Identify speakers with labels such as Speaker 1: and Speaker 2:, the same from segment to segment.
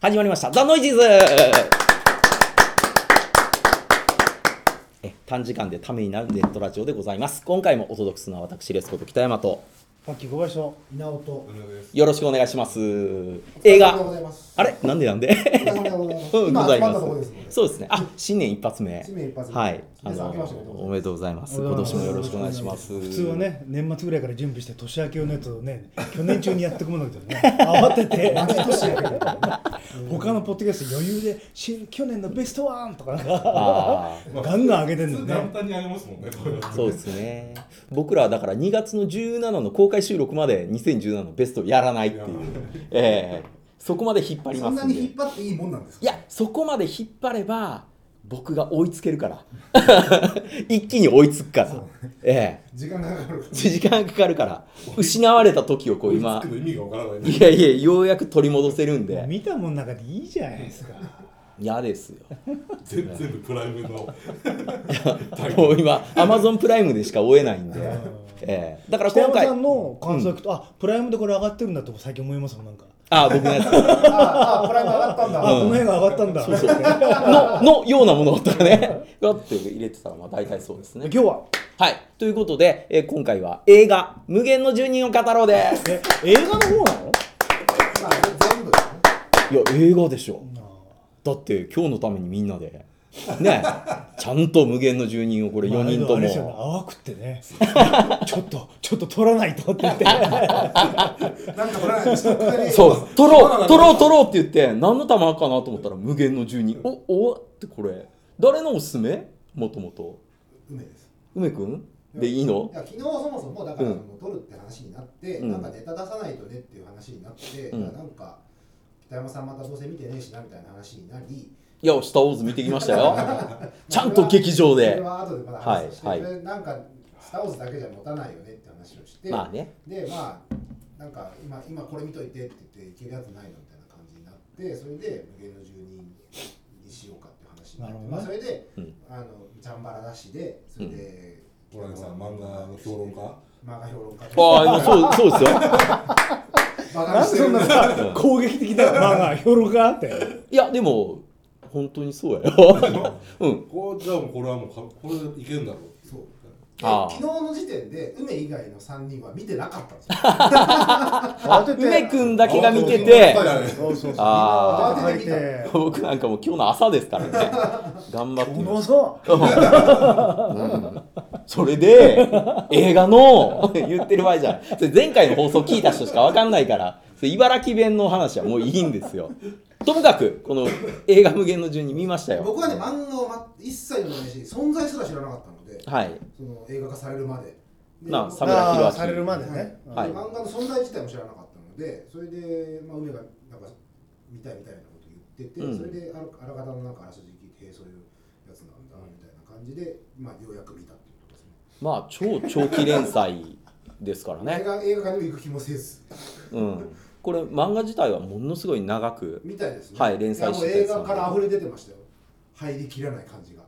Speaker 1: 始まりました。ザ・ノイジーズえ短時間でためになるネットラジオでございます。今回もお届けするのは私、レスこと北山と、
Speaker 2: パッキー小林の稲尾と
Speaker 1: よろしくお願いします。映
Speaker 2: お疲れ様でご
Speaker 1: 画、
Speaker 2: ざいます
Speaker 1: あれなんでなんで
Speaker 2: お疲れ様でございます
Speaker 1: うん
Speaker 2: 今
Speaker 1: ござい
Speaker 2: 集ま
Speaker 1: ま
Speaker 2: っ
Speaker 1: す
Speaker 2: たところですので
Speaker 1: そうですね。あ、新年一発目。
Speaker 2: 新年一発目
Speaker 1: はい。
Speaker 2: 皆さん明けまして
Speaker 1: お
Speaker 2: お
Speaker 1: め
Speaker 2: め
Speaker 1: でとうございます。
Speaker 2: おめ
Speaker 1: 今
Speaker 2: でとう
Speaker 1: 年
Speaker 2: ございます
Speaker 1: もよろしくお願いします。
Speaker 3: 普通はね年末ぐらいから準備して年明けをのやつ をね去年中にやってくものだけどね慌てて
Speaker 2: 毎年やけど
Speaker 3: 他のポッドキャスト余裕でし去年のベストワンとかなんか
Speaker 1: あ
Speaker 3: ガンガン上げてる
Speaker 4: 普
Speaker 3: ん
Speaker 4: 通
Speaker 3: だよ
Speaker 4: 簡
Speaker 3: ね
Speaker 4: 単にありますもんね。
Speaker 1: ーそうですね。僕らはだから2月の17の公開収録まで2017のベストをやらないっていう
Speaker 4: やらない。
Speaker 1: ええそこまで引っ張り
Speaker 2: そ
Speaker 1: ま
Speaker 2: ん
Speaker 1: す
Speaker 2: なん
Speaker 1: で。
Speaker 2: に引っ張っていいもんなんです
Speaker 1: い
Speaker 2: か
Speaker 1: や、そこまで引っ張れば、僕が追いつけるから。 一気に追いつくから。ええ
Speaker 2: 時間がかかる
Speaker 1: 時間かかるから。失われた時をこう今
Speaker 4: つく、の意味がわからないね。
Speaker 1: いやいや、ようやく取り戻せるんで、
Speaker 3: 見たもん中でいいじゃないですか
Speaker 1: 嫌ですよ。
Speaker 4: 全全部プライムの。
Speaker 1: もう今、アマゾンプライムでしか追えないんで。ええだから
Speaker 3: 北
Speaker 1: 今
Speaker 3: 山
Speaker 1: 回
Speaker 3: さ、んの感想聞くと、あプライムでこれ上がってるんだと最近思いますもんなんか、
Speaker 1: あ、僕のやつ。
Speaker 2: ああああプライム上がったんだ
Speaker 3: あこの映が上がったんだ
Speaker 1: そうそう。の、のようなものだったらね。ガッて入れてたら、まあ大体そうですね
Speaker 3: 今。日は
Speaker 1: はい。ということで、えー今回は映画、無限の住人を語ろうです。
Speaker 3: え映画の方なの
Speaker 2: まあ 全部です
Speaker 1: い
Speaker 2: ね
Speaker 1: や映画でしょだって今日のためにみんなでね ちゃんと無限の住人をこれ4人と
Speaker 3: あれですよね
Speaker 1: も
Speaker 3: 淡くってね ちょっとちょっと取らないとって言って
Speaker 2: なんか取らないとちょっとね
Speaker 1: そう撮ろう撮ろう撮ろうって言って何の玉かなと思ったら無限の住人おおってこれ誰のおすすめもともと
Speaker 2: 梅です
Speaker 1: 梅くんでいいの
Speaker 2: いや昨日そもそもだから、
Speaker 1: う
Speaker 2: あ
Speaker 1: ん
Speaker 2: の取るって話になって、
Speaker 1: うん
Speaker 2: なんかネタ出さないとねっていう話になって、
Speaker 1: うん
Speaker 2: いやなんか北山さんまたどうせ見てねえしなみたいな話になり
Speaker 1: いや「スター・ウォーズ」見てきました よちゃんと劇場
Speaker 2: それ
Speaker 1: で
Speaker 2: は後でまた話をして、
Speaker 1: はい
Speaker 2: それなんか「スター・ウォーズ」だけじゃ持たないよねって話をして、
Speaker 1: まあね
Speaker 2: でまあなんか今今これ見といてって言っていけるやつないのみたいな感じになってそれで無限の住人にしようかっていう話になって
Speaker 3: なるほどね
Speaker 2: まあ、それで、
Speaker 1: うん
Speaker 2: あのジャンバラなしでそれで、
Speaker 4: ホランさん、漫画の評論家。
Speaker 2: 漫画評論家
Speaker 1: あ あそうそうですよ
Speaker 2: バカに
Speaker 3: なん
Speaker 2: し
Speaker 3: でそ
Speaker 2: てる
Speaker 3: ん
Speaker 2: んだ
Speaker 3: なさ攻撃的なまあまあ評論家って
Speaker 1: いやでも本当にそうやよ うん
Speaker 4: こう、じゃあ、もうこれはもうか、これでいけるんだろう。
Speaker 2: そうで
Speaker 1: ああ
Speaker 2: 昨日の時点で梅以外の3人は見てなかったんですよ
Speaker 1: 梅くんだけが見て
Speaker 4: あ
Speaker 1: て
Speaker 4: そうだね
Speaker 3: そうそうそう
Speaker 1: あ
Speaker 2: ー
Speaker 3: 慌てて
Speaker 1: 僕なんかもう今日の朝ですからね頑張って
Speaker 3: こ
Speaker 1: みま
Speaker 3: の
Speaker 1: す
Speaker 3: さ
Speaker 1: それで映画の 言ってる場合じゃないそれ前回の放送聞いた人しかわかんないからそれ茨城弁の話はもういいんですよともかくこの映画無限の順に見ましたよ
Speaker 2: 僕はね漫画をま一切読まないし存在すら知らなかったので
Speaker 1: はい
Speaker 2: その映画化されるまでで
Speaker 1: なあ
Speaker 2: 僕
Speaker 1: 田村
Speaker 3: あ
Speaker 1: 弘明
Speaker 3: ーされるまでね、
Speaker 1: はい
Speaker 2: で漫画の存在自体も知らなかったのでそれで、まあ、梅がなんか見たいみたいなこと言ってて、
Speaker 1: うん
Speaker 2: それであらあらかたのなんかあらすじ聞いてへえそういうやつなんだみたいな感じで、まあ、ようやく見たっていうことですね
Speaker 1: まあ超長期連載ですから
Speaker 2: 映
Speaker 1: ね、
Speaker 2: 画映画館にも行く気もせず
Speaker 1: うん、これ漫画自体はものすごい長く
Speaker 2: みたいですね
Speaker 1: はい連載してた
Speaker 2: い
Speaker 1: やつ
Speaker 2: やも
Speaker 1: なんで
Speaker 2: う映画から溢れ出てましたよ入りきらない感 じが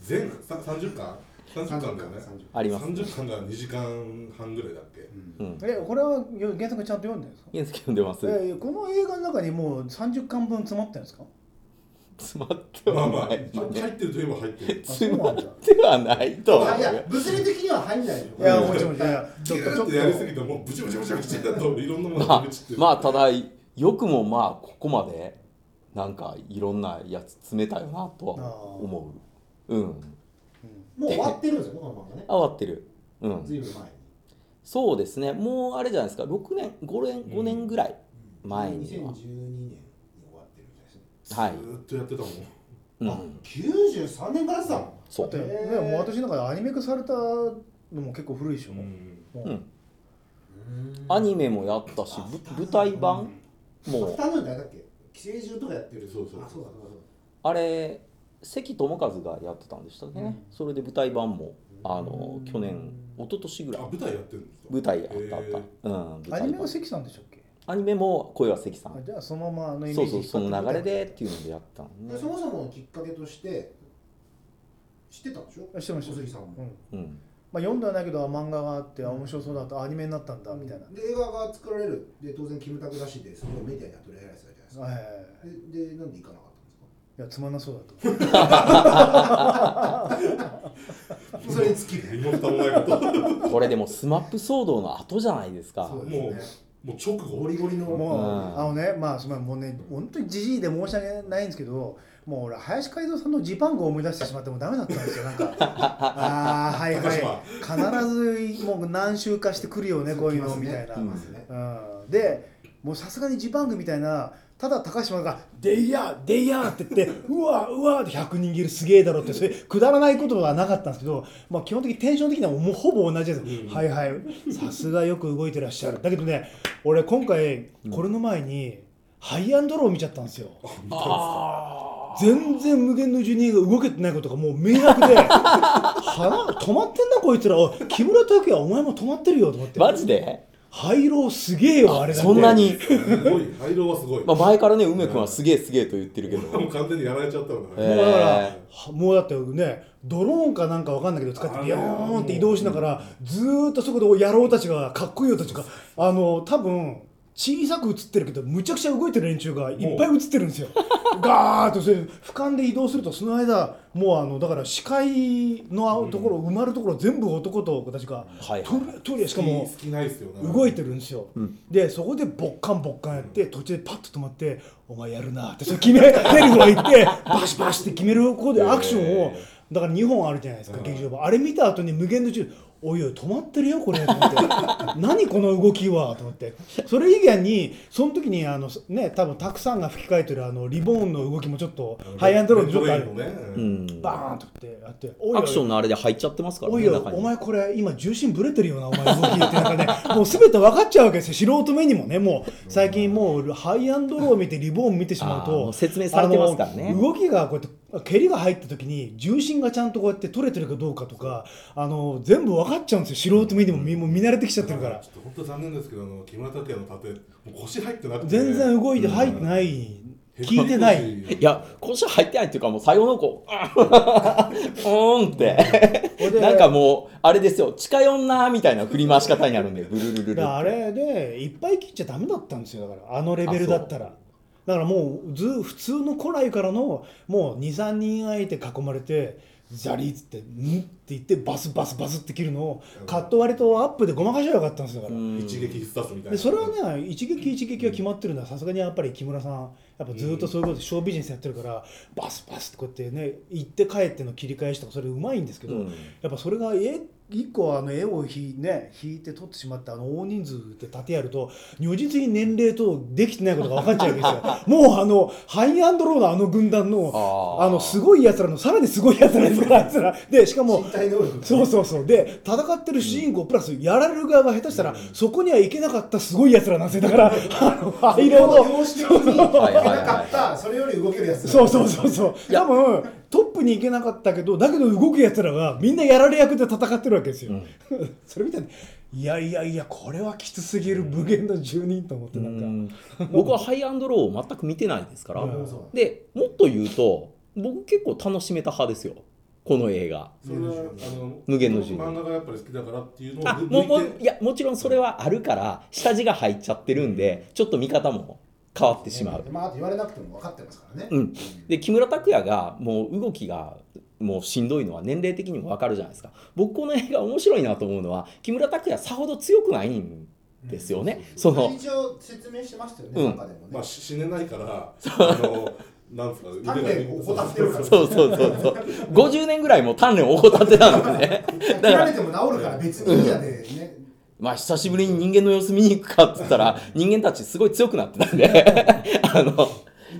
Speaker 4: 全、さ、三十巻。三十巻だよね。
Speaker 2: 30
Speaker 1: あります
Speaker 4: 三十巻が二時間半ぐらいだっけ。
Speaker 1: うん
Speaker 3: えこれは原作ちゃんと読んでるんですか
Speaker 1: 原作読んでます
Speaker 3: えこの映画の中にもう30巻分詰まってるんですか
Speaker 1: 詰まって
Speaker 4: ま
Speaker 1: は
Speaker 4: あ まあ、
Speaker 1: ない、まあね
Speaker 4: 入ってるといえば入ってる。
Speaker 3: そう
Speaker 1: 詰ま
Speaker 3: な
Speaker 1: っ
Speaker 3: んだ
Speaker 1: てはないと思う
Speaker 2: いやい
Speaker 1: よ
Speaker 2: や物理的には入んないでしょ
Speaker 3: いやもちろんい やいや
Speaker 4: ち
Speaker 3: ち
Speaker 4: ょ
Speaker 3: ょ
Speaker 4: っ
Speaker 3: っ
Speaker 4: と
Speaker 3: と
Speaker 4: ち
Speaker 3: ち
Speaker 4: ょ
Speaker 3: ょ
Speaker 4: っ
Speaker 3: っ
Speaker 4: と
Speaker 3: と
Speaker 4: やりすぎて、もうブチブチブチブチだと、いろんなものが
Speaker 1: ま
Speaker 4: 飛び散って
Speaker 1: あ、まあただよくもまあここまでなんかいろんなやつ詰めたよなとは思ううん
Speaker 2: もう終わってるんですよこの漫画ね
Speaker 1: あ終わってるう
Speaker 2: ず
Speaker 1: ん
Speaker 2: いぶん前に
Speaker 1: そうですねもうあれじゃないですか6年5年5年ぐらい前
Speaker 2: 2012
Speaker 1: には、
Speaker 2: 年に終わってるみたいですね
Speaker 1: はい
Speaker 4: ずーっとやってたもん。
Speaker 1: う
Speaker 2: あ
Speaker 1: ん、
Speaker 2: 93年からやってたの
Speaker 1: そ
Speaker 3: だって
Speaker 1: う
Speaker 3: ねもう私の中でアニメ化されたのも結構古いでしょ、
Speaker 4: うん
Speaker 3: もう
Speaker 1: うんアニメもやったしぶ舞台版
Speaker 2: も
Speaker 1: も
Speaker 2: う2人の誰だっけ寄生獣とかやってる
Speaker 4: そうそう
Speaker 2: あそうだそうだそうだ
Speaker 1: あれ関智一がやってたんでしたね、それで舞台版もあの去年一昨年ぐらい
Speaker 4: あ、舞台やってるんですか。
Speaker 1: 舞台やったあった、
Speaker 4: へ
Speaker 1: うん舞台
Speaker 3: アニメは
Speaker 1: 版
Speaker 3: 関さんでしたっけ
Speaker 1: アニメも声は関さん
Speaker 3: あじゃあそのままあのイメージ
Speaker 1: そうそうその流れ
Speaker 3: 引
Speaker 1: で
Speaker 3: っ
Speaker 1: っ
Speaker 3: 張って
Speaker 1: いうのでやったの
Speaker 2: で
Speaker 1: ね
Speaker 2: そもそものきっかけとして知ってたんでしょ
Speaker 3: あ知ってました
Speaker 2: 小杉さんも
Speaker 3: うん
Speaker 1: うん
Speaker 3: まあ、読んではないけどあ漫画があってあ面白そうだとあアニメになったんだみたいな、
Speaker 2: で映画が作られるで当然キムタクだしですごいメディアには取り上げられてたじゃないですか、
Speaker 3: はい
Speaker 2: ででなんで行かなかったんですか
Speaker 3: いやつまんなそうだ と
Speaker 2: それに尽きる。
Speaker 4: 身も蓋もないこと
Speaker 1: これでもスマップ騒動の後じゃないですか
Speaker 2: そう
Speaker 4: もう
Speaker 2: ですね。
Speaker 4: もう直後
Speaker 2: ゴリゴリの。
Speaker 3: もう、
Speaker 1: うん
Speaker 3: あのねまあすまんもうね本当にじじいで申し訳ないんですけどもう俺林海蔵さんのジパングを思い出してしまってもうダメだったんですよなん かああはいはい必ずもう何周かしてくるよねこういうのみたいな、
Speaker 2: 来ますね。
Speaker 3: うんでもうさすがにジパングみたいなただ高島が「でいやでいや」って言って「うわうわ」って100人いるすげえだろってそれくだらないことはなかったんですけど、まあ、基本的にテンション的にはもうほぼ同じです、
Speaker 4: うん
Speaker 3: はいはいさすがよく動いてらっしゃるだけどね俺今回これの前にハイアンドロー見ちゃったんですよ
Speaker 1: あ
Speaker 3: 全然無限のジュニアが動けてないことがもう明白で鼻止まってんなこいつらおい木村拓哉お前も止まってるよと思って
Speaker 1: マジで
Speaker 3: 廃炉すげえよあれだって
Speaker 1: そんなに、
Speaker 4: すごい配慮はすごい、
Speaker 1: まあ、前からね梅君はすげえすげえと言ってるけど
Speaker 4: もう完全にやられちゃったの
Speaker 1: えー
Speaker 3: もう
Speaker 4: ね、
Speaker 3: だから、はもうだってねドローンかなんかわかんないけど使ってビヨーンって移動しながらずーっとそこで野郎たちがかっこいいよたちがあの多分小さく映ってるけどむちゃくちゃ動いてる連中がいっぱい映ってるんです よ。ガーッとそれで俯瞰で移動するとその間もうあのだから視界のところ埋まるところ全部男と子たちが
Speaker 1: はい
Speaker 3: トイレトイレしかも
Speaker 4: 好きないですよね
Speaker 3: 動いてるんですよ、
Speaker 1: うん
Speaker 3: でそこでボッカンボッカンやって途中でパッと止まって「お前やるな」ってそれ決めセリフが言ってバシバシって決めるここでアクションを、
Speaker 4: へ
Speaker 3: だから2本あるじゃないですか、
Speaker 4: うん
Speaker 3: 劇場版あれ見た後に無限の中おいおい止まってるよこれと思って 何この動きはと思ってそれ以外にその時にあのね多分たくさんが吹き替えてるあのリボーンの動きもちょっとハイアンドローにちょっとある
Speaker 4: レッドレインの
Speaker 1: う
Speaker 4: ね
Speaker 1: ん、
Speaker 3: バーンとってやっておいおい
Speaker 1: アクションのあれで入っちゃってますから
Speaker 3: おい
Speaker 1: ね
Speaker 3: よ
Speaker 1: 中に
Speaker 3: お前これ今重心ぶれてるよなお前動きってなんかね もう全て分かっちゃうわけですよ素人目にもねもう最近もうハイアンドローを見てリボーン見てしまう
Speaker 1: あーも
Speaker 3: と
Speaker 1: う説明されてますからね
Speaker 3: あの動きがこうやって蹴りが入った時に重心がちゃんとこうやって取れてるかどうかとかあの全部分かっちゃうんですよ素人目にもみもう見慣れてきちゃってるから
Speaker 4: ちょっと本当残念ですけどあの木村拓哉の盾もう腰入ってなくて、
Speaker 3: 全然動いて入ってない聞いてない
Speaker 1: いや腰入ってないっていうか もう最後の子あーうーんって
Speaker 3: ほい で
Speaker 1: なんかもうあれですよ近寄んなーみたいな振り回し方になるんでブルルルルって
Speaker 3: だからあれでいっぱい切っちゃダメだったんですよだからあのレベルだったらだからもうず普通の古来からのもう23人相手囲まれてザリッつって「ん?」って言ってバスバスバスって切るのをカット割りとアップでごまかしゃよかったんですよだ
Speaker 1: う
Speaker 3: から。
Speaker 1: ん
Speaker 4: 一撃必殺みたいな
Speaker 3: でそれはね一撃一撃が決まってるのはさすがにやっぱり木村さんやっぱずっとそういうことでショービジネスやってるからバスバスってこうやってね行って帰っての切り返しとかそれうまいんですけど、
Speaker 1: うん
Speaker 3: やっぱそれが絵一個あの絵をひ、ね、引いて撮ってしまったあの大人数で立てやると如実に年齢とできてないことが分かっちゃうわけですよもうあのハイアンドローのあの軍団の
Speaker 1: あー
Speaker 3: あのすごいやつらのさらにすごいやつらですからあいつらでしかも
Speaker 2: 身体能力。
Speaker 3: そうそうそうで戦ってる主人公プラスやられる側が下手したら、そこにはいけなかったすごいやつらなんですよだからあのハイローの
Speaker 2: 様式的に動けなかった、それより動けるやつ。
Speaker 3: そうそうそうそう多分トップに行けなかったけどだけど動くやつらがみんなやられ役で戦ってるわけですよ、 それみたいないやいやいやこれはきつすぎる無限の住人と思って
Speaker 1: う
Speaker 3: なんか、
Speaker 1: ん僕はハイアンドローを全く見てないですから、
Speaker 3: うん
Speaker 2: そう
Speaker 1: でもっと言うと僕結構楽しめた派ですよこの映画
Speaker 4: それはあの
Speaker 1: 無限の住人
Speaker 4: 漫画がやっぱり好きだからっていうのを
Speaker 1: あ
Speaker 4: 抜いて
Speaker 1: もうもういやもちろんそれはあるから下地が入っちゃってるんでちょっと見方も変わってしまう
Speaker 2: まあ、あと言われなくても分かってますからね。
Speaker 1: うんで木村拓哉がもう動きがもうしんどいのは年齢的にもわかるじゃないですか僕この映画面白いなと思うのは木村拓哉さほど強くないんですよね、そ
Speaker 2: それ
Speaker 1: の
Speaker 2: 一応説明してましたよ
Speaker 1: う
Speaker 2: ね、
Speaker 1: ん
Speaker 2: 中でも
Speaker 4: まあ
Speaker 2: ね。
Speaker 4: し死ねないからあのなんですか
Speaker 2: 鍛錬を怠ってるから。
Speaker 1: そうそうそうそう50年ぐらいもう鍛錐を怠ってたんでね だ
Speaker 2: 切
Speaker 1: からら
Speaker 2: れても治るから別にいいやでね。
Speaker 1: まあ久しぶりに人間の様子見に行くかって言ったら人間たちすごい強くなってたんで あの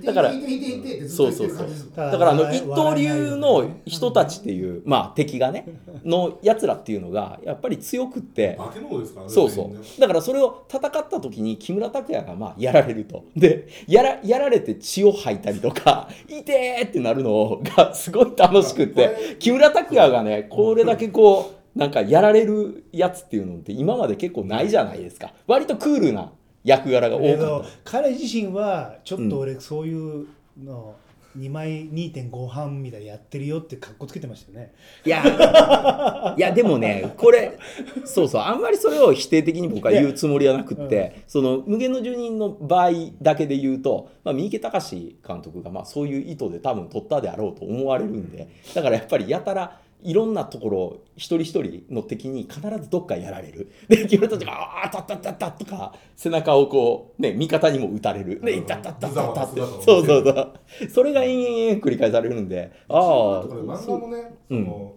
Speaker 1: だから
Speaker 2: いていていていてってずっと言ってる感じですもん
Speaker 3: た
Speaker 1: だからあの
Speaker 3: 笑
Speaker 1: 一
Speaker 3: え
Speaker 1: 刀流の人たちっていうまあ敵がねのやつらっていうのがやっぱり強くって
Speaker 4: 化け物ですからね
Speaker 1: そうそ
Speaker 4: 全員ね
Speaker 1: うだからそれを戦った時に木村拓哉がまあやられるとでやらやられて血を吐いたりとか 「痛え!」ってなるのがすごい楽しくっ
Speaker 4: まあこ
Speaker 1: て
Speaker 4: れ
Speaker 1: 木村拓哉がねこれだけこうなんかやられるやつっていうのって今まで結構ないじゃないですか割とクールな役柄が
Speaker 3: え
Speaker 1: 多
Speaker 3: ー
Speaker 1: かっ
Speaker 3: と彼自身はちょっと俺そういうの、 2枚2.5半みたいにやってるよって格好つけてましたよね
Speaker 1: いやいやでもねこれそうそうあんまりそれを否定的に僕は言うつもりはなくって、その無限の住人の場合だけで言うと、まあ、三池隆監督がまあそういう意図で多分撮ったであろうと思われるんでだからやっぱりやたらいろんなところを一人一人の敵に必ずどっかやられるで自分たちが「ああたったったった」とか背中をこうね味方にも打たれる「ねいったったったったった」って
Speaker 4: う
Speaker 1: そ
Speaker 4: ん
Speaker 1: うそうそうそれが延々繰り返されるんでああ
Speaker 4: だから漫画もね、
Speaker 1: うん
Speaker 4: そのも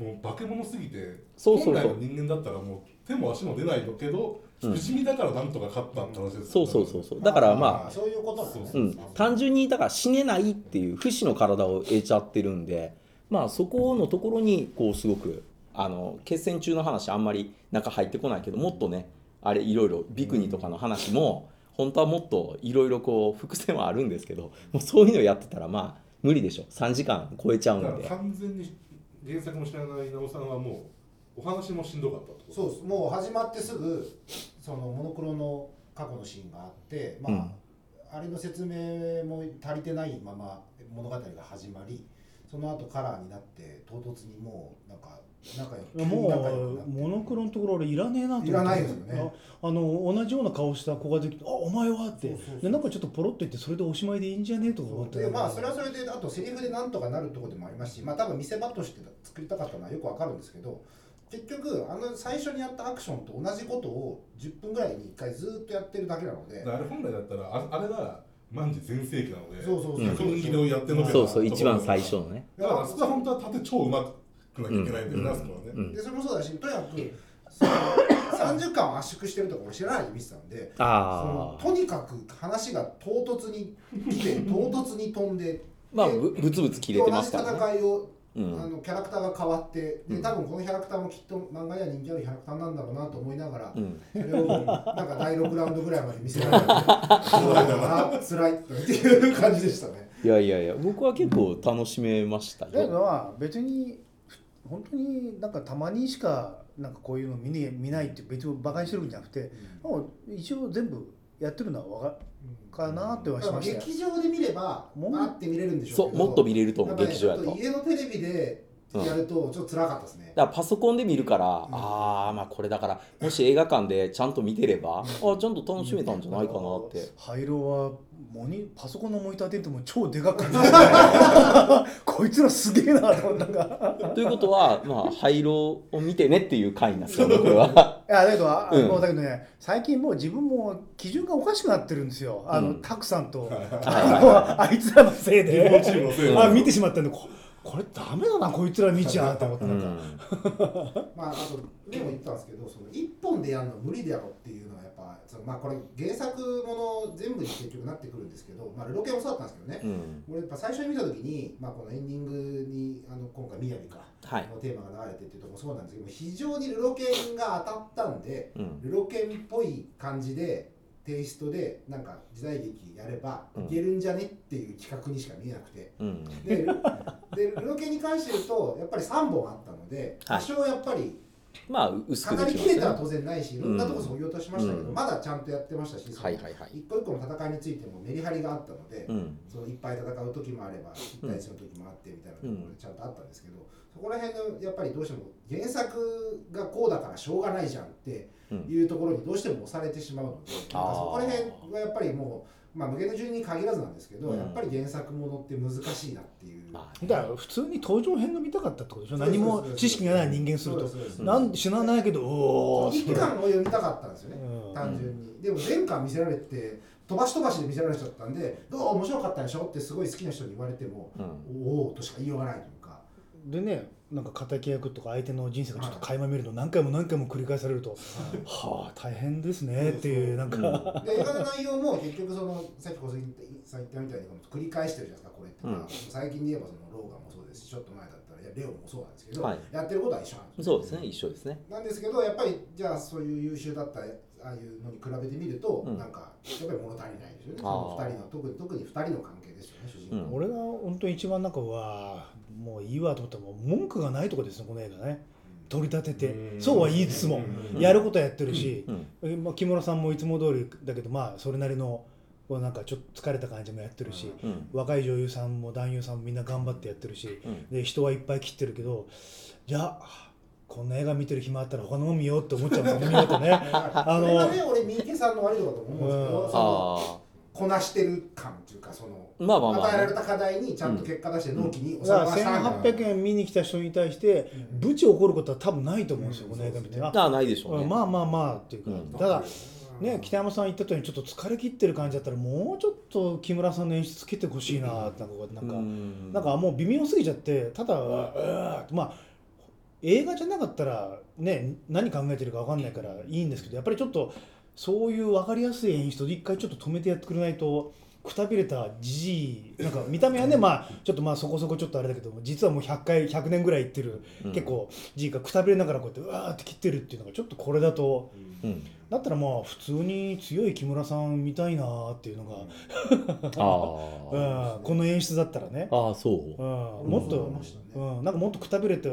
Speaker 4: う化け物すぎて
Speaker 1: そうそうそう
Speaker 4: 本来の人間だったらもう手も足も出ないけど、
Speaker 1: うん
Speaker 4: 不死身だからなんとか勝ったって話ですよね
Speaker 1: そうそうそうそうだからまあ
Speaker 2: そういうことなんだね
Speaker 4: そうそ
Speaker 1: ん、単純にだから死ねないっていう不死の体を得ちゃってるんで、まあ、そこのところにこうすごくあの決戦中の話あんまり中入ってこないけどもっとねあれいろいろビクニとかの話も本当はもっといろいろこう伏線はあるんですけどもうそういうのやってたらまあ無理でしょ3時間超えちゃう
Speaker 4: だ
Speaker 1: ん
Speaker 4: から
Speaker 1: で。
Speaker 4: 完全に原作も知らない直さんはもうお話もしんどかったってこと
Speaker 2: そうですもう始まってすぐそのモノクロの過去のシーンがあってまあ、あれの説明も足りてないまま物語が始まりその後カラーになって唐突にもうなんか仲良く
Speaker 3: も
Speaker 2: 仲良くなっ
Speaker 3: うモノクロのところ俺いらねえなと思って
Speaker 2: いらないですよね
Speaker 3: ああの同じような顔した子が出てきて「あお前は」って
Speaker 2: そうそうそう
Speaker 3: でなんかちょっとポロッと言ってそれでおしまいでいいんじゃねえとか思って
Speaker 2: でまあそれはそれであとセリフでなんとかなるところでもありますしまあ多分見せ場として作りたかったのはよくわかるんですけど結局あの最初にやったアクションと同じことを10分ぐらいに1回ずっとやってるだけなので
Speaker 4: だからあれ本来だったらああれが万事全盛期なので
Speaker 2: そうそうそう
Speaker 1: うん
Speaker 4: この技能やってのけな
Speaker 1: そうそう一番最初のね、
Speaker 4: だからあそこは本当は縦超うまくなきゃいけないんだよね、あそこはね、
Speaker 1: うん、
Speaker 2: でそれもそうだしとにかくその30巻を圧縮してるとか俺知らないで見てたんでそ
Speaker 1: あ
Speaker 2: の
Speaker 1: あ
Speaker 2: とにかく話が唐突に 来て唐突に飛んで
Speaker 1: まあぶぶつぶつ切れてますから
Speaker 2: 同
Speaker 1: ね、
Speaker 2: じ戦いを、
Speaker 1: うん
Speaker 2: あのキャラクターが変わって
Speaker 1: う
Speaker 2: で
Speaker 1: ん
Speaker 2: 多分このキャラクターもきっと漫画には人気あるキャラクターなんだろうなと思いなが ら、
Speaker 1: うん、
Speaker 2: それをなんか第6ラウンドぐらいまで見せられてそうだな 辛いっていう感じでした ね。
Speaker 1: いやいやいや僕は結構楽しめました
Speaker 5: だけ
Speaker 1: よ、
Speaker 5: どまあ別に本当になんかたまにしかなんかこういうの見,、ね、見ないって別に馬鹿にしてるんじゃなくて、もう一応全部やってるのはわかかなってはしましたよ、
Speaker 2: 劇場で見れば
Speaker 5: もう
Speaker 2: あって見れるんでしょ
Speaker 1: そうう
Speaker 2: けど
Speaker 1: もっと見れると思
Speaker 2: や
Speaker 1: う
Speaker 2: っぱ
Speaker 1: 劇
Speaker 2: ね
Speaker 1: 場や
Speaker 2: ちょっ
Speaker 1: と
Speaker 2: と。家のテレビでやるとちょっと辛かったですね。
Speaker 1: だからパソコンで見るから、
Speaker 2: ん
Speaker 1: ああまあこれだからもし映画館でちゃんと見てれば、ああちゃんと楽しめたんじゃないかなって、
Speaker 5: 廃炉はモニパソコンのモニターで見ても超でかくて こいつらすげえなと思ったが
Speaker 1: ということはまあ廃炉を見てねっていう回なんですよねこれは
Speaker 5: いやだけど、あ
Speaker 1: うん
Speaker 5: もうだけどね最近もう自分も基準がおかしくなってるんですよあの、
Speaker 1: うん
Speaker 5: タクさんと
Speaker 1: はい
Speaker 5: あのあいつらのせい
Speaker 3: 日
Speaker 5: で
Speaker 3: 本
Speaker 4: チームのせいで
Speaker 3: あ見てしまったんでここれダメだなこいつら見ちゃうと思って
Speaker 1: う
Speaker 3: なんか、
Speaker 1: ん、
Speaker 2: まあ、あとでも言ったんですけどその一本でやるの無理だろっていうのはやっぱそのまあこれ原作もの全部に結局なってくるんですけどまあルロケンもそうだったんですけどね、
Speaker 1: うん、
Speaker 2: 俺やっぱ最初に見た時に、まあ、このエンディングにあの今回「みやびか」
Speaker 1: はい、
Speaker 2: のテーマが流れてっていうとこもそうなんですけど非常にルロケンが当たったんで
Speaker 1: うん、
Speaker 2: ルロケンっぽい感じでテイストでなんか時代劇やればいけるんじゃねっていう企画にしか見えなくて。
Speaker 1: うん、
Speaker 2: ででルロケに関して言うとやっぱり3本あったので
Speaker 1: はい
Speaker 2: 多少やっぱり
Speaker 1: まあ薄
Speaker 2: か
Speaker 1: く
Speaker 2: な
Speaker 1: で
Speaker 2: り
Speaker 1: きま
Speaker 2: 切れ
Speaker 1: すね
Speaker 2: たら
Speaker 1: は
Speaker 2: 当然ないしいろんなとこそぎ落としましたけど、
Speaker 1: うん
Speaker 2: まだちゃんとやってましたし、その
Speaker 1: いはいはい、
Speaker 2: 一個一個の戦いについてもメリハリがあったので、
Speaker 1: うん、
Speaker 2: そのいっぱい戦う時もあれば1対1の時もあってみたいなところでちゃんとあったんですけど、そこら辺のやっぱりどうしても原作がこうだからしょうがないじゃんって
Speaker 1: うん、
Speaker 2: いうところにどうしても押されてしまうので、なんか
Speaker 1: あー
Speaker 2: そこら辺はやっぱりもう、まあ、無限の順に限らずなんですけど、
Speaker 1: うん
Speaker 2: やっぱり原作ものって難しいなっていう。
Speaker 1: まあ、
Speaker 3: だから普通に登場編が見たかったってことでしょ
Speaker 2: そうそう
Speaker 3: 何
Speaker 2: そう
Speaker 3: も知識がない人間すると
Speaker 2: そうですそうです
Speaker 3: なん死なないけどおお
Speaker 2: 一巻を読みたかったんですよね、
Speaker 3: うん
Speaker 2: 単純に。でも前巻見せられて飛ばし飛ばしで見せられちゃったんで「どう面白かったでしょ?」ってすごい好きな人に言われても
Speaker 1: う
Speaker 2: 「
Speaker 1: ん、
Speaker 2: おお」としか言いようがないというか
Speaker 3: でねなんか敵役とか相手の人生がちょっと垣間見るの何回も何回も繰り返されるとはあ大変ですねっていうなん
Speaker 1: うん
Speaker 3: か
Speaker 2: で映画の内容も結局そのさっき小杉さん言ったみたいに繰り返してるじゃないですかこれって、
Speaker 1: うん
Speaker 2: 最近で言えばそのローガンもそうですしちょっと前だったらいやレオンもそうなんですけど、
Speaker 1: はい
Speaker 2: やってることは一緒なんですよ
Speaker 1: そうですね一緒ですね
Speaker 2: なんですけどやっぱりじゃあそういう優秀だったああいうのに比べてみると、
Speaker 1: うん
Speaker 2: なんかやっぱり物足りないですよねそ
Speaker 1: あ
Speaker 2: の
Speaker 1: ー
Speaker 2: 二人の特に特に二人の関係ですよね主人
Speaker 1: うん
Speaker 2: 公、
Speaker 3: 俺が本当に一番なんかうわあもういいわと思ったらもう文句がないとこですねこの映画ね取り立ててそうは言いつつも
Speaker 4: うん
Speaker 3: やることはやってるし
Speaker 1: うん
Speaker 3: えまあ木村さんもいつも通りだけどまあそれなりのこうなんかちょっと疲れた感じもやってるし、
Speaker 1: うん
Speaker 3: 若い女優さんも男優さんもみんな頑張ってやってるし、
Speaker 1: うん
Speaker 3: で人はいっぱい切ってるけどじゃあこんな映画見てる暇あったら他のも見ようって思っちゃうんですよね見ようと ねあ
Speaker 2: あのそれが
Speaker 3: の
Speaker 2: ね俺三池さんの悪いところだと思うんですけど、
Speaker 3: うん
Speaker 2: その
Speaker 1: あ
Speaker 2: こなしてる感っていうかその、
Speaker 1: まあまあまあ
Speaker 2: 与えられた課題にちゃんと結果出して納期に収
Speaker 3: だ
Speaker 2: ま
Speaker 3: から
Speaker 2: らせたみたいな
Speaker 3: 1800円見に来た人に対して
Speaker 2: うん
Speaker 3: ブチ怒ることは多分ないと思うんですよ、
Speaker 2: うん
Speaker 3: この映画見て、
Speaker 2: そうです
Speaker 1: あなあないでしょう
Speaker 3: あ
Speaker 1: ね
Speaker 3: まあまあまあっていうか、
Speaker 1: うん
Speaker 3: ただね北山さん言った通りちょっと疲れ切ってる感じだったらもうちょっと木村さんの演出つけてほしいななんかこうなんか、
Speaker 1: うん
Speaker 3: なんかもう微妙すぎちゃってただうわうわまあ映画じゃなかったらね何考えてるか分かんないからいいんですけどやっぱりちょっとそういう分かりやすい演出で一回ちょっと止めてやってくれないとくたびれたじじいなんか見た目はねまあちょっとまあそこそこちょっとあれだけども実はもう100回100年ぐらい行ってる
Speaker 1: うん
Speaker 3: 結構じいがくたびれながらこうやってうわーって切ってるっていうのがちょっとこれだと
Speaker 1: うん
Speaker 3: だったらまあ普通に強い木村さん見たいなーっていうの
Speaker 1: あ
Speaker 3: が、うん
Speaker 1: ー
Speaker 3: この演出だったらね。
Speaker 1: あーそう
Speaker 3: うん
Speaker 2: 俺
Speaker 3: もっ
Speaker 2: そう思
Speaker 3: と
Speaker 2: いましたね
Speaker 3: うん、なんかもっとくたびれて「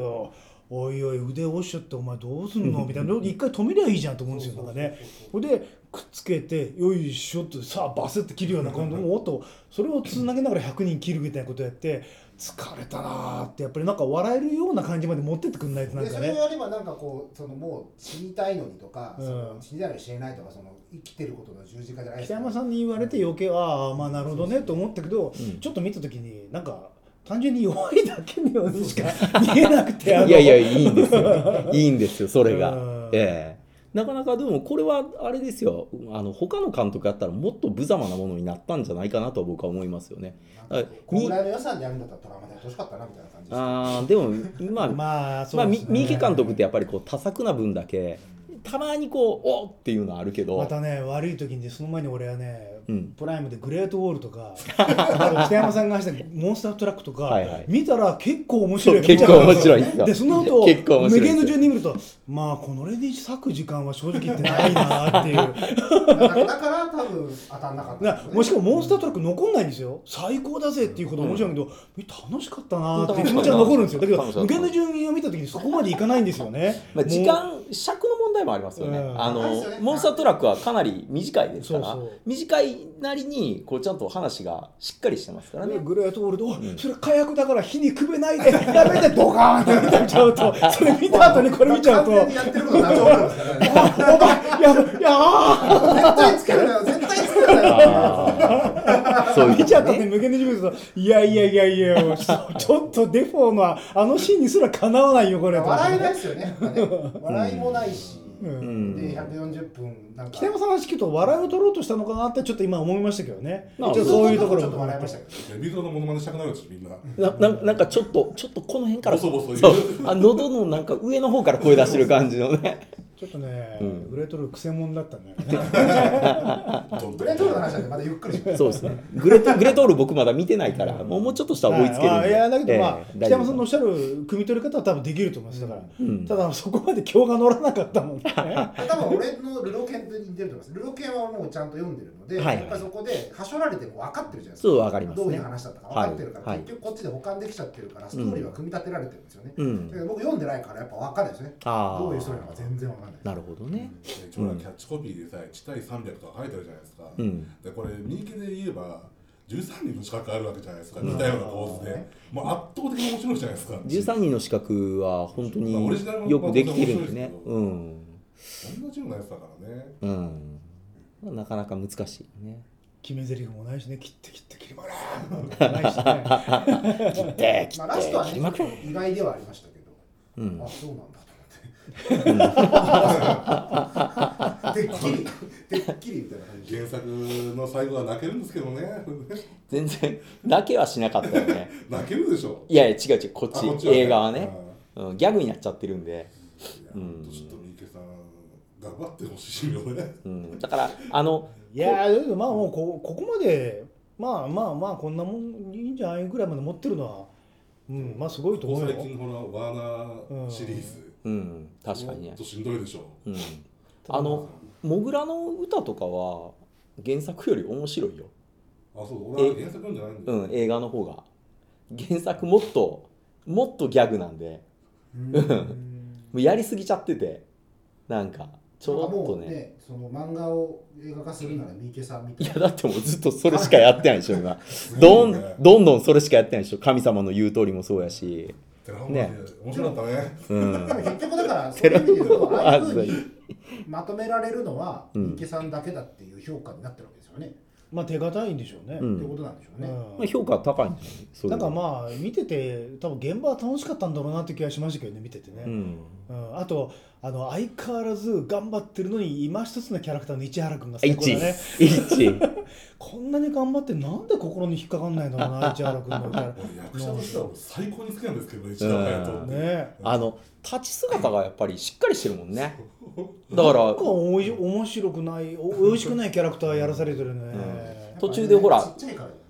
Speaker 3: おいおい腕押しちゃってお前どうすんの?」みたいな一回止めりゃいいじゃんと思うんですよなんかねそれでくっつけて「よいしょ」ってさあバスって切るような感じもっとそれをつなげながら100人切るみたいなことやって疲れたなーってやっぱりなんか笑えるような感じまで持ってってくんないとなん
Speaker 2: で
Speaker 3: か
Speaker 2: それを
Speaker 3: ね
Speaker 2: やればなんかこうそのもう死にたいのにとか、
Speaker 3: うん
Speaker 2: その死にたいのに死ねないとかその生きてることの十字架じゃないです
Speaker 3: 北
Speaker 2: か
Speaker 3: 山さんに言われて余計ああまあなるほどねと思ったけど
Speaker 1: うん
Speaker 3: ちょっと見た時になんか単純に弱いだけのようにしか見えなくてあの
Speaker 1: いやいやいいんですよいいんですよそれが
Speaker 3: うん
Speaker 1: ええなかなかでもこれはあれですよあの他の監督だったらもっと無様なものになったんじゃないかなと僕は思いますよね
Speaker 2: なんかこうこんぐらいの予算でやるんだったらドラマでやってほしかったなみたいな感 じです
Speaker 1: あーでも今まあ
Speaker 3: まあそ
Speaker 1: まあ
Speaker 3: う
Speaker 1: み
Speaker 3: ですね
Speaker 1: 三池監督ってやっぱりこう多作な分だけたまにこうおっっていうのはあるけど
Speaker 3: またね悪い時にねその前に俺はね、
Speaker 1: うん
Speaker 3: プライムで「グレートウォール」とかあと北山さんが話した「モンスタートラック」とか、
Speaker 1: はいはい
Speaker 3: 見たら結構面白
Speaker 1: そ
Speaker 3: いう
Speaker 1: 結構面白い
Speaker 3: い
Speaker 1: ですよ
Speaker 3: でその後
Speaker 1: 結構面白
Speaker 3: 無
Speaker 1: いです
Speaker 3: 限の順に見るとまあこのレディー割く時間は正直言ってないなっていう
Speaker 2: だからだから多分当たんなかったん
Speaker 3: な
Speaker 2: ですよね
Speaker 3: もしかも「モンスタートラック」残んないんですよ最高だぜっていうほど面白いけど、楽しかったなっていう気持ちは残るんですよだけど
Speaker 1: 楽しかっ
Speaker 3: 無
Speaker 1: た
Speaker 3: 限の順にを見た時にそこまでいかないんですよね
Speaker 1: まあ、時
Speaker 3: も
Speaker 1: 間尺の問題もありますよね、
Speaker 3: うん
Speaker 1: あ
Speaker 2: ありま
Speaker 1: の
Speaker 2: すよね
Speaker 1: モンスタートラックはかなり短いですから
Speaker 3: そうそう
Speaker 1: 短いなりにこうちゃんと話がしっかりしてますから
Speaker 3: うね
Speaker 1: ね
Speaker 3: グレートウォールド、お
Speaker 1: ん
Speaker 3: それ火薬だから火にくべないでやめてドカーンって見ちゃ うとそれ見た後にこれ見ちゃうと
Speaker 2: 完全にやってることなくなるんですよね
Speaker 3: お前やばいやあ
Speaker 2: 絶対つけるなよ絶対つけるな よ
Speaker 1: あーそういう
Speaker 3: 見ちゃった
Speaker 1: ね
Speaker 3: ね無限の自分ですいやいやいやいやちょっとデフォーのあのシーンにすらかなわないよこれ
Speaker 2: 笑えないですよねやっぱね笑いもないし、
Speaker 3: う
Speaker 1: う
Speaker 3: ん
Speaker 1: ん
Speaker 2: で140分なんか
Speaker 3: 北山さんの話聞くと笑いを取ろうとしたのかなってちょっと今思いましたけどね
Speaker 1: まあ
Speaker 3: 一応そういうところ
Speaker 2: ちょっと
Speaker 3: も
Speaker 2: 笑いましたけど
Speaker 4: 水戸のモノマネしたくなるしみんな
Speaker 1: なななんかちょっとちょっとこの辺から
Speaker 4: ボソボソ言う
Speaker 1: そうあ喉のなんか上の方から声出してる感じのね
Speaker 3: ちょっとね
Speaker 1: うん
Speaker 3: グレートルークセモンだった んだよね
Speaker 4: どん
Speaker 2: ブ
Speaker 4: ど
Speaker 2: レ
Speaker 4: ん
Speaker 2: ートルーの話なんでまだゆっくりします
Speaker 1: そうですね グレトグレトール僕まだ見てないからもうもうちょっとしたら追いつけるんで、
Speaker 3: はいやだけど まあ、
Speaker 1: ええ
Speaker 3: 北山さんのおっしゃる汲み取り方は多分できると思いますだから、
Speaker 1: うん
Speaker 3: ただそこまで今日が乗らなかったもんね
Speaker 2: 多分俺のルロケンと似てると思いますルロケンはもうちゃんと読んでるので、
Speaker 1: はい
Speaker 2: やっぱりそこではしょられても分かってるじゃないですか
Speaker 1: そうわかりますね
Speaker 2: どういう話だったか分かってるから、
Speaker 1: はい
Speaker 2: 結局こっちで保管できちゃってるからストーリーは組み立てられてるんですよね、
Speaker 1: うん
Speaker 2: だけど僕読んでないからやっぱ分かんないですね
Speaker 1: あー
Speaker 2: どういうストーリーなのか全然分かんない
Speaker 1: なるほどね
Speaker 4: 一応ほらキャッチコピーでさ1対300とか書いてあるじゃないですか、
Speaker 1: うん
Speaker 4: でこれ右手で言えば13人の資格あるわけじゃないですか似たような構図でもう圧倒的に面白いじゃないですか
Speaker 1: 13人の資格は本当
Speaker 4: まあ
Speaker 1: に
Speaker 4: オリジナルも
Speaker 1: よくできてるんでね
Speaker 4: まあ
Speaker 1: う
Speaker 4: こ
Speaker 1: ん
Speaker 4: 同じようなやつだからね
Speaker 1: うんまあなかなか難しいね
Speaker 3: 決め台詞もないしね切って切って切りまらーない しね
Speaker 1: 切って切
Speaker 2: まあ、
Speaker 1: っ
Speaker 2: ラスト
Speaker 1: て
Speaker 2: はね
Speaker 1: 切
Speaker 2: ち
Speaker 1: り
Speaker 2: ょ
Speaker 1: ま
Speaker 2: っ
Speaker 1: くる
Speaker 2: と意外ではありましたけど、
Speaker 1: うん
Speaker 2: あそうなんだと 思っ ててっきりてっきりみたいな感じ
Speaker 4: 原作の最後は泣けるんですけどね
Speaker 1: 全然泣けはしなかったよね
Speaker 4: 泣けるでしょ
Speaker 1: いやいや違う違うこっ
Speaker 4: あこっ
Speaker 1: ち
Speaker 4: ちはね
Speaker 1: 映画はねうんギャグになっちゃってるんで
Speaker 4: いや
Speaker 1: うん
Speaker 4: ちょっと三池さん頑張ってほしいよね
Speaker 1: うんだからあの
Speaker 3: いやーだけどまあもうこここまでまあまあまあこんなもんいいんじゃないぐらいまで持ってるのはうんまあすごいと
Speaker 4: こ
Speaker 3: 思
Speaker 4: こ
Speaker 3: う
Speaker 4: 最
Speaker 3: よ
Speaker 4: 近ほらワーナーシリーズ
Speaker 1: うん確かに
Speaker 4: も
Speaker 1: ね
Speaker 4: っとしんどいでしょ
Speaker 1: うんあのモグラの歌とかは原作より面白いよ
Speaker 4: あそう俺は原作読んじゃないんだ
Speaker 1: う
Speaker 4: よ、
Speaker 1: ん映画の方が原作もっともっとギャグなんで
Speaker 2: うん
Speaker 1: もうやりすぎちゃっててなんかちょっと
Speaker 2: なんかもう
Speaker 1: ね
Speaker 2: その漫画を映画化するなら三池さんみた
Speaker 1: い
Speaker 2: い
Speaker 1: や
Speaker 2: な
Speaker 1: だってもうずっとそれしかやってないでしょ 今
Speaker 4: す
Speaker 1: ど
Speaker 4: ごい
Speaker 1: ん
Speaker 4: ね
Speaker 1: どんどんそれしかやってないでしょ神様の言う通りもそうやし、
Speaker 4: 寺本ね面白かったね
Speaker 1: うん、
Speaker 2: でも結局だからそういう意味で言うとああいうふう
Speaker 1: あ
Speaker 2: にまとめられるのは
Speaker 1: うん
Speaker 2: 三池さんだけだっていう評価になってるわけですよね、
Speaker 3: まあ手堅いんでしょうね、
Speaker 1: うん
Speaker 2: ってことなんでしょう
Speaker 3: うん
Speaker 2: ね、
Speaker 1: まあ評価は高いんじゃないそれ
Speaker 3: な
Speaker 1: は
Speaker 3: んかまあ見てて多分現場は楽しかったんだろうなって気がしましたけどね見ててね、
Speaker 1: うん、
Speaker 3: うんあとあの相変わらず頑張ってるのに今一つのキャラクターの市原君が最高だね
Speaker 1: 1
Speaker 3: こんなに頑張ってなんで心に引っかかんないんだろうな市原君のキャラ
Speaker 4: 俺役者としては最高に好きなんですけどね石田隼人
Speaker 1: うん
Speaker 4: って
Speaker 3: ねえ
Speaker 1: あの立ち姿がやっぱりしっかりしてるもんねだから
Speaker 3: なんかおい面白くないお美味しくないキャラクターやらされてるね、
Speaker 2: やっぱね
Speaker 1: 途中でほら
Speaker 2: ちっちゃいからだよね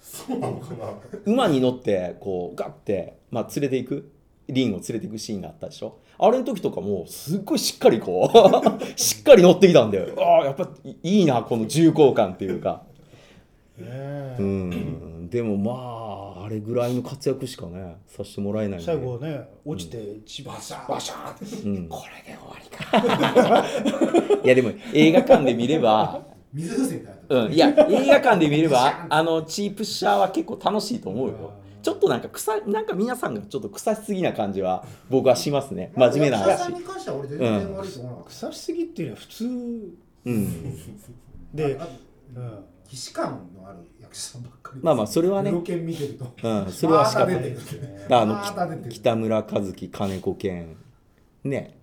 Speaker 4: そうなのかな
Speaker 1: 馬に乗ってこうガッて、まあ、連れていくリンを連れていくシーンがあったでしょあれの時とかもうすっごいしっかりこう しっかり乗ってきたんでああやっぱいいいなこの重厚感っていうか
Speaker 3: ねえ
Speaker 1: うんでもまああれぐらいの活躍しかねさせてもらえないんで
Speaker 3: 最後ね落ちて千葉
Speaker 4: バシャーバシャーって
Speaker 1: うん、これで終わりか いやでも映画館で見れば
Speaker 2: 水風船みたいな、
Speaker 1: うん、いや映画館で見ればあのチープシャーは結構楽しいと思うよちょっとなんか臭いなんか皆さんがちょっと臭しすぎな感じは僕はしますね真面目な
Speaker 2: 役者さ
Speaker 1: 話
Speaker 2: んに関しては俺全然悪いと思わなかっ
Speaker 3: 腐しすぎっていうのは普通
Speaker 1: うん
Speaker 2: た、
Speaker 3: で
Speaker 2: あ、
Speaker 3: うん
Speaker 2: 既視感のある役者さんばっかり
Speaker 1: まあまあそれはね
Speaker 2: 色見てると
Speaker 1: うんそれは仕方
Speaker 2: ま
Speaker 1: な
Speaker 2: あ
Speaker 1: い
Speaker 2: 出てるね
Speaker 1: あ
Speaker 2: まあ出て
Speaker 1: の
Speaker 2: る
Speaker 1: き北村一輝金子健ね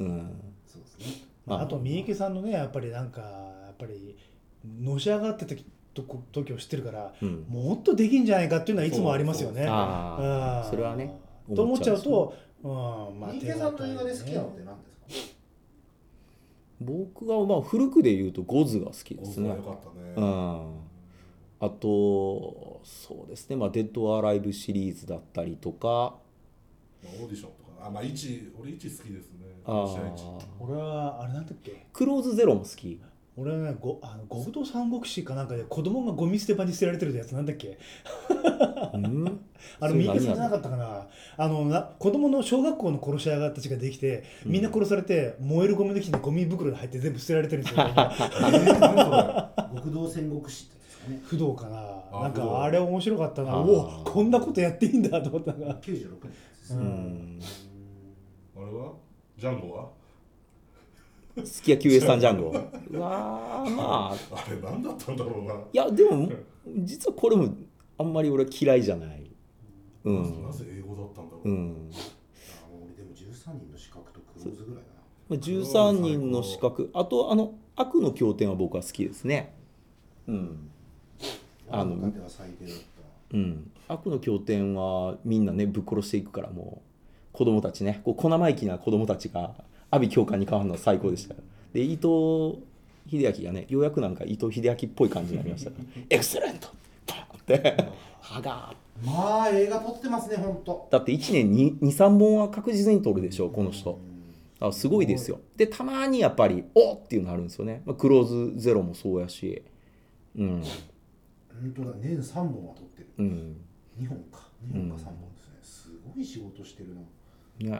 Speaker 2: うん
Speaker 1: うん
Speaker 2: そうですね
Speaker 1: まあ
Speaker 3: あと三池さんのねやっぱりなんかやっぱりのし上がってた時と時を知ってるから
Speaker 1: うん
Speaker 3: もっとできんじゃないかっていうのはいつもありますよね。
Speaker 1: あ
Speaker 3: う
Speaker 1: あ
Speaker 3: ん
Speaker 1: それはね
Speaker 3: と思っちゃう
Speaker 1: 思
Speaker 3: と、うんまあ、
Speaker 2: 三池さんの映画で好きなのって何ですか
Speaker 1: 僕はまあ古くで言うとゴズが好きですね
Speaker 4: よかったね
Speaker 1: うんあとそうですね、まあ、デッド・アライブシリーズだったりとか
Speaker 4: まあオーディションとかあまあ一俺一好きですね
Speaker 1: あー
Speaker 3: 俺はあれなんだっけ
Speaker 1: クローズゼロも好き
Speaker 3: 俺はねごあの五道三国志かなんかで子供がゴミ捨て場に捨てられてるやつなんだっけ
Speaker 1: うん
Speaker 3: あれ
Speaker 1: それ
Speaker 3: 三池さん
Speaker 1: 何
Speaker 3: じ
Speaker 1: な
Speaker 3: ゃ
Speaker 1: の
Speaker 3: なかったかなあのな子供の小学校の殺し屋たちができてみんな殺されて、燃えるゴミの日にゴミ袋に入って全部捨てられてるんですよ
Speaker 4: えー何
Speaker 2: 極道戦国志ってやつですかね
Speaker 3: 不動かな
Speaker 4: あ
Speaker 3: なん
Speaker 4: 不動
Speaker 3: かあれ面白かったな
Speaker 1: あー
Speaker 3: おおこんなことやっていいんだと思ったな
Speaker 2: 96年です
Speaker 1: う
Speaker 2: ね
Speaker 1: ん
Speaker 4: それあれはジャンゴは
Speaker 1: すき焼きウエスタンジャンゴ うわーまあ
Speaker 4: あれ何だったんだろうな、
Speaker 1: いやでも実はこれもあんまり俺は嫌いじゃないうん
Speaker 4: なぜ英語だったんだろう、
Speaker 1: うん
Speaker 2: あー俺でも13人の資格とクローズぐらいだな
Speaker 1: まあ13人の資格あとあの悪の経典は僕は好きですねうんあの
Speaker 2: の中では最低だった
Speaker 1: うん、悪の経典はみんなねぶっ殺していくからもう子供たちねこう小生意気な子供たちが阿鼻教官に変わるのは最高でしたよで伊藤英明がねようやくなんか伊藤英明っぽい感じになりましたから エクセレントパーンって歯が
Speaker 2: まあ映画撮ってますねほんと
Speaker 1: だって1年に23本は確実に撮るでしょうこの人あすごいですよでたまにやっぱりおっっていうのあるんですよね、まあ、クローズゼロもそうやしうん
Speaker 2: 本当だ年3本は撮ってる
Speaker 1: うん
Speaker 2: 2本か2本か3本ですね、すごい仕事してるな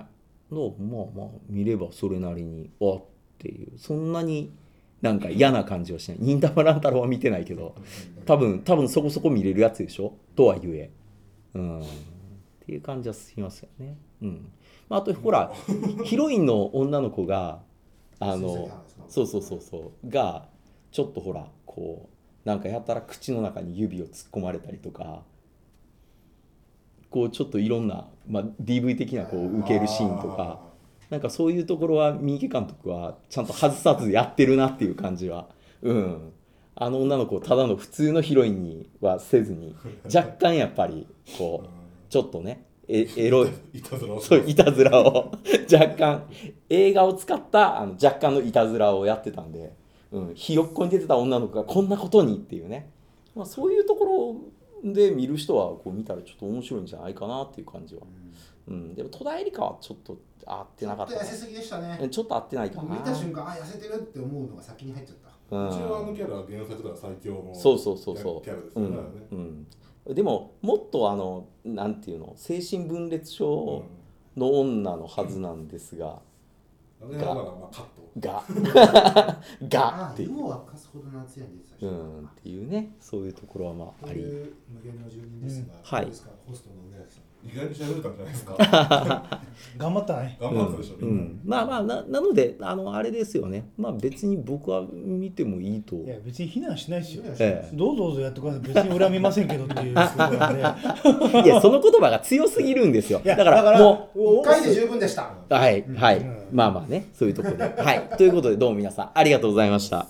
Speaker 1: ねのまあまあ見ればそれなりにあっていうそんなになんか嫌な感じはしない忍たま乱太郎は見てないけど多分多分そこそこ見れるやつでしょとはいえうんっていう感じはしますよねうん、まあ、あとほらヒロインの女の子があ
Speaker 2: 先生
Speaker 1: の
Speaker 2: がですか
Speaker 1: そうそうそうそうがちょっとほらこうなんかやたら口の中に指を突っ込まれたりとかこうちょっといろんな、まあ、DV 的なこう受けるシーンとかなんかそういうところは三池監督はちゃんと外さずやってるなっていう感じはうんあの女の子をただの普通のヒロインにはせずに若干やっぱりこうちょっとねえエロい
Speaker 4: いたずらを
Speaker 1: そういたずらを 若干映画を使ったあの若干のいたずらをやってたんで、うん、ひよっこに出てた女の子がこんなことにっていうね、まあ、そういうところで見る人はこう見たらちょっと面白いんじゃないかなっていう感じは、うん、でも戸田恵梨香はちょっと合ってなかっ
Speaker 2: ちょ
Speaker 1: た
Speaker 2: と痩せすぎでしたね
Speaker 1: なちょっと合ってないかな
Speaker 2: 見た瞬間あ痩せてるって思うのが先に入っちゃった
Speaker 1: う
Speaker 4: 一応あ
Speaker 1: ん
Speaker 4: のキャラは原作では最強の
Speaker 1: そうそうそうそう
Speaker 4: キャラです
Speaker 1: う
Speaker 4: よね、
Speaker 1: んうん、でももっとあのなんていうの精神分裂症、の女のはずなんですが、
Speaker 4: あれはまだまあカット。
Speaker 1: が
Speaker 2: あ
Speaker 1: がって
Speaker 2: あ
Speaker 1: いう
Speaker 2: 芋を沸かすほど夏やんでた
Speaker 1: う
Speaker 2: 人
Speaker 1: んっていうねそういうところはまあ
Speaker 2: と
Speaker 1: あり
Speaker 2: いう無限の住人ですが、
Speaker 1: うんはい
Speaker 2: どうですかホストの上崎さん
Speaker 4: 意外に調べれたんじゃない ですか。
Speaker 3: 頑
Speaker 4: 頑
Speaker 3: 張ったね
Speaker 4: 張ったでしょ、
Speaker 1: う
Speaker 4: みん
Speaker 1: ん、まあまあななのであのあれですよねまあ別に僕は見てもいいと
Speaker 3: いや別に非難しないですよ
Speaker 1: ええ
Speaker 3: どうぞどうぞやってください別に恨みませんけどっていうことなんで
Speaker 1: いやその言葉が強すぎるんですよ
Speaker 3: いや
Speaker 1: だからも
Speaker 3: お
Speaker 2: 1回で十分でした
Speaker 1: うはいはい、
Speaker 3: うん
Speaker 1: まあまあねそういうところではいということでどうも皆さんありがとうございました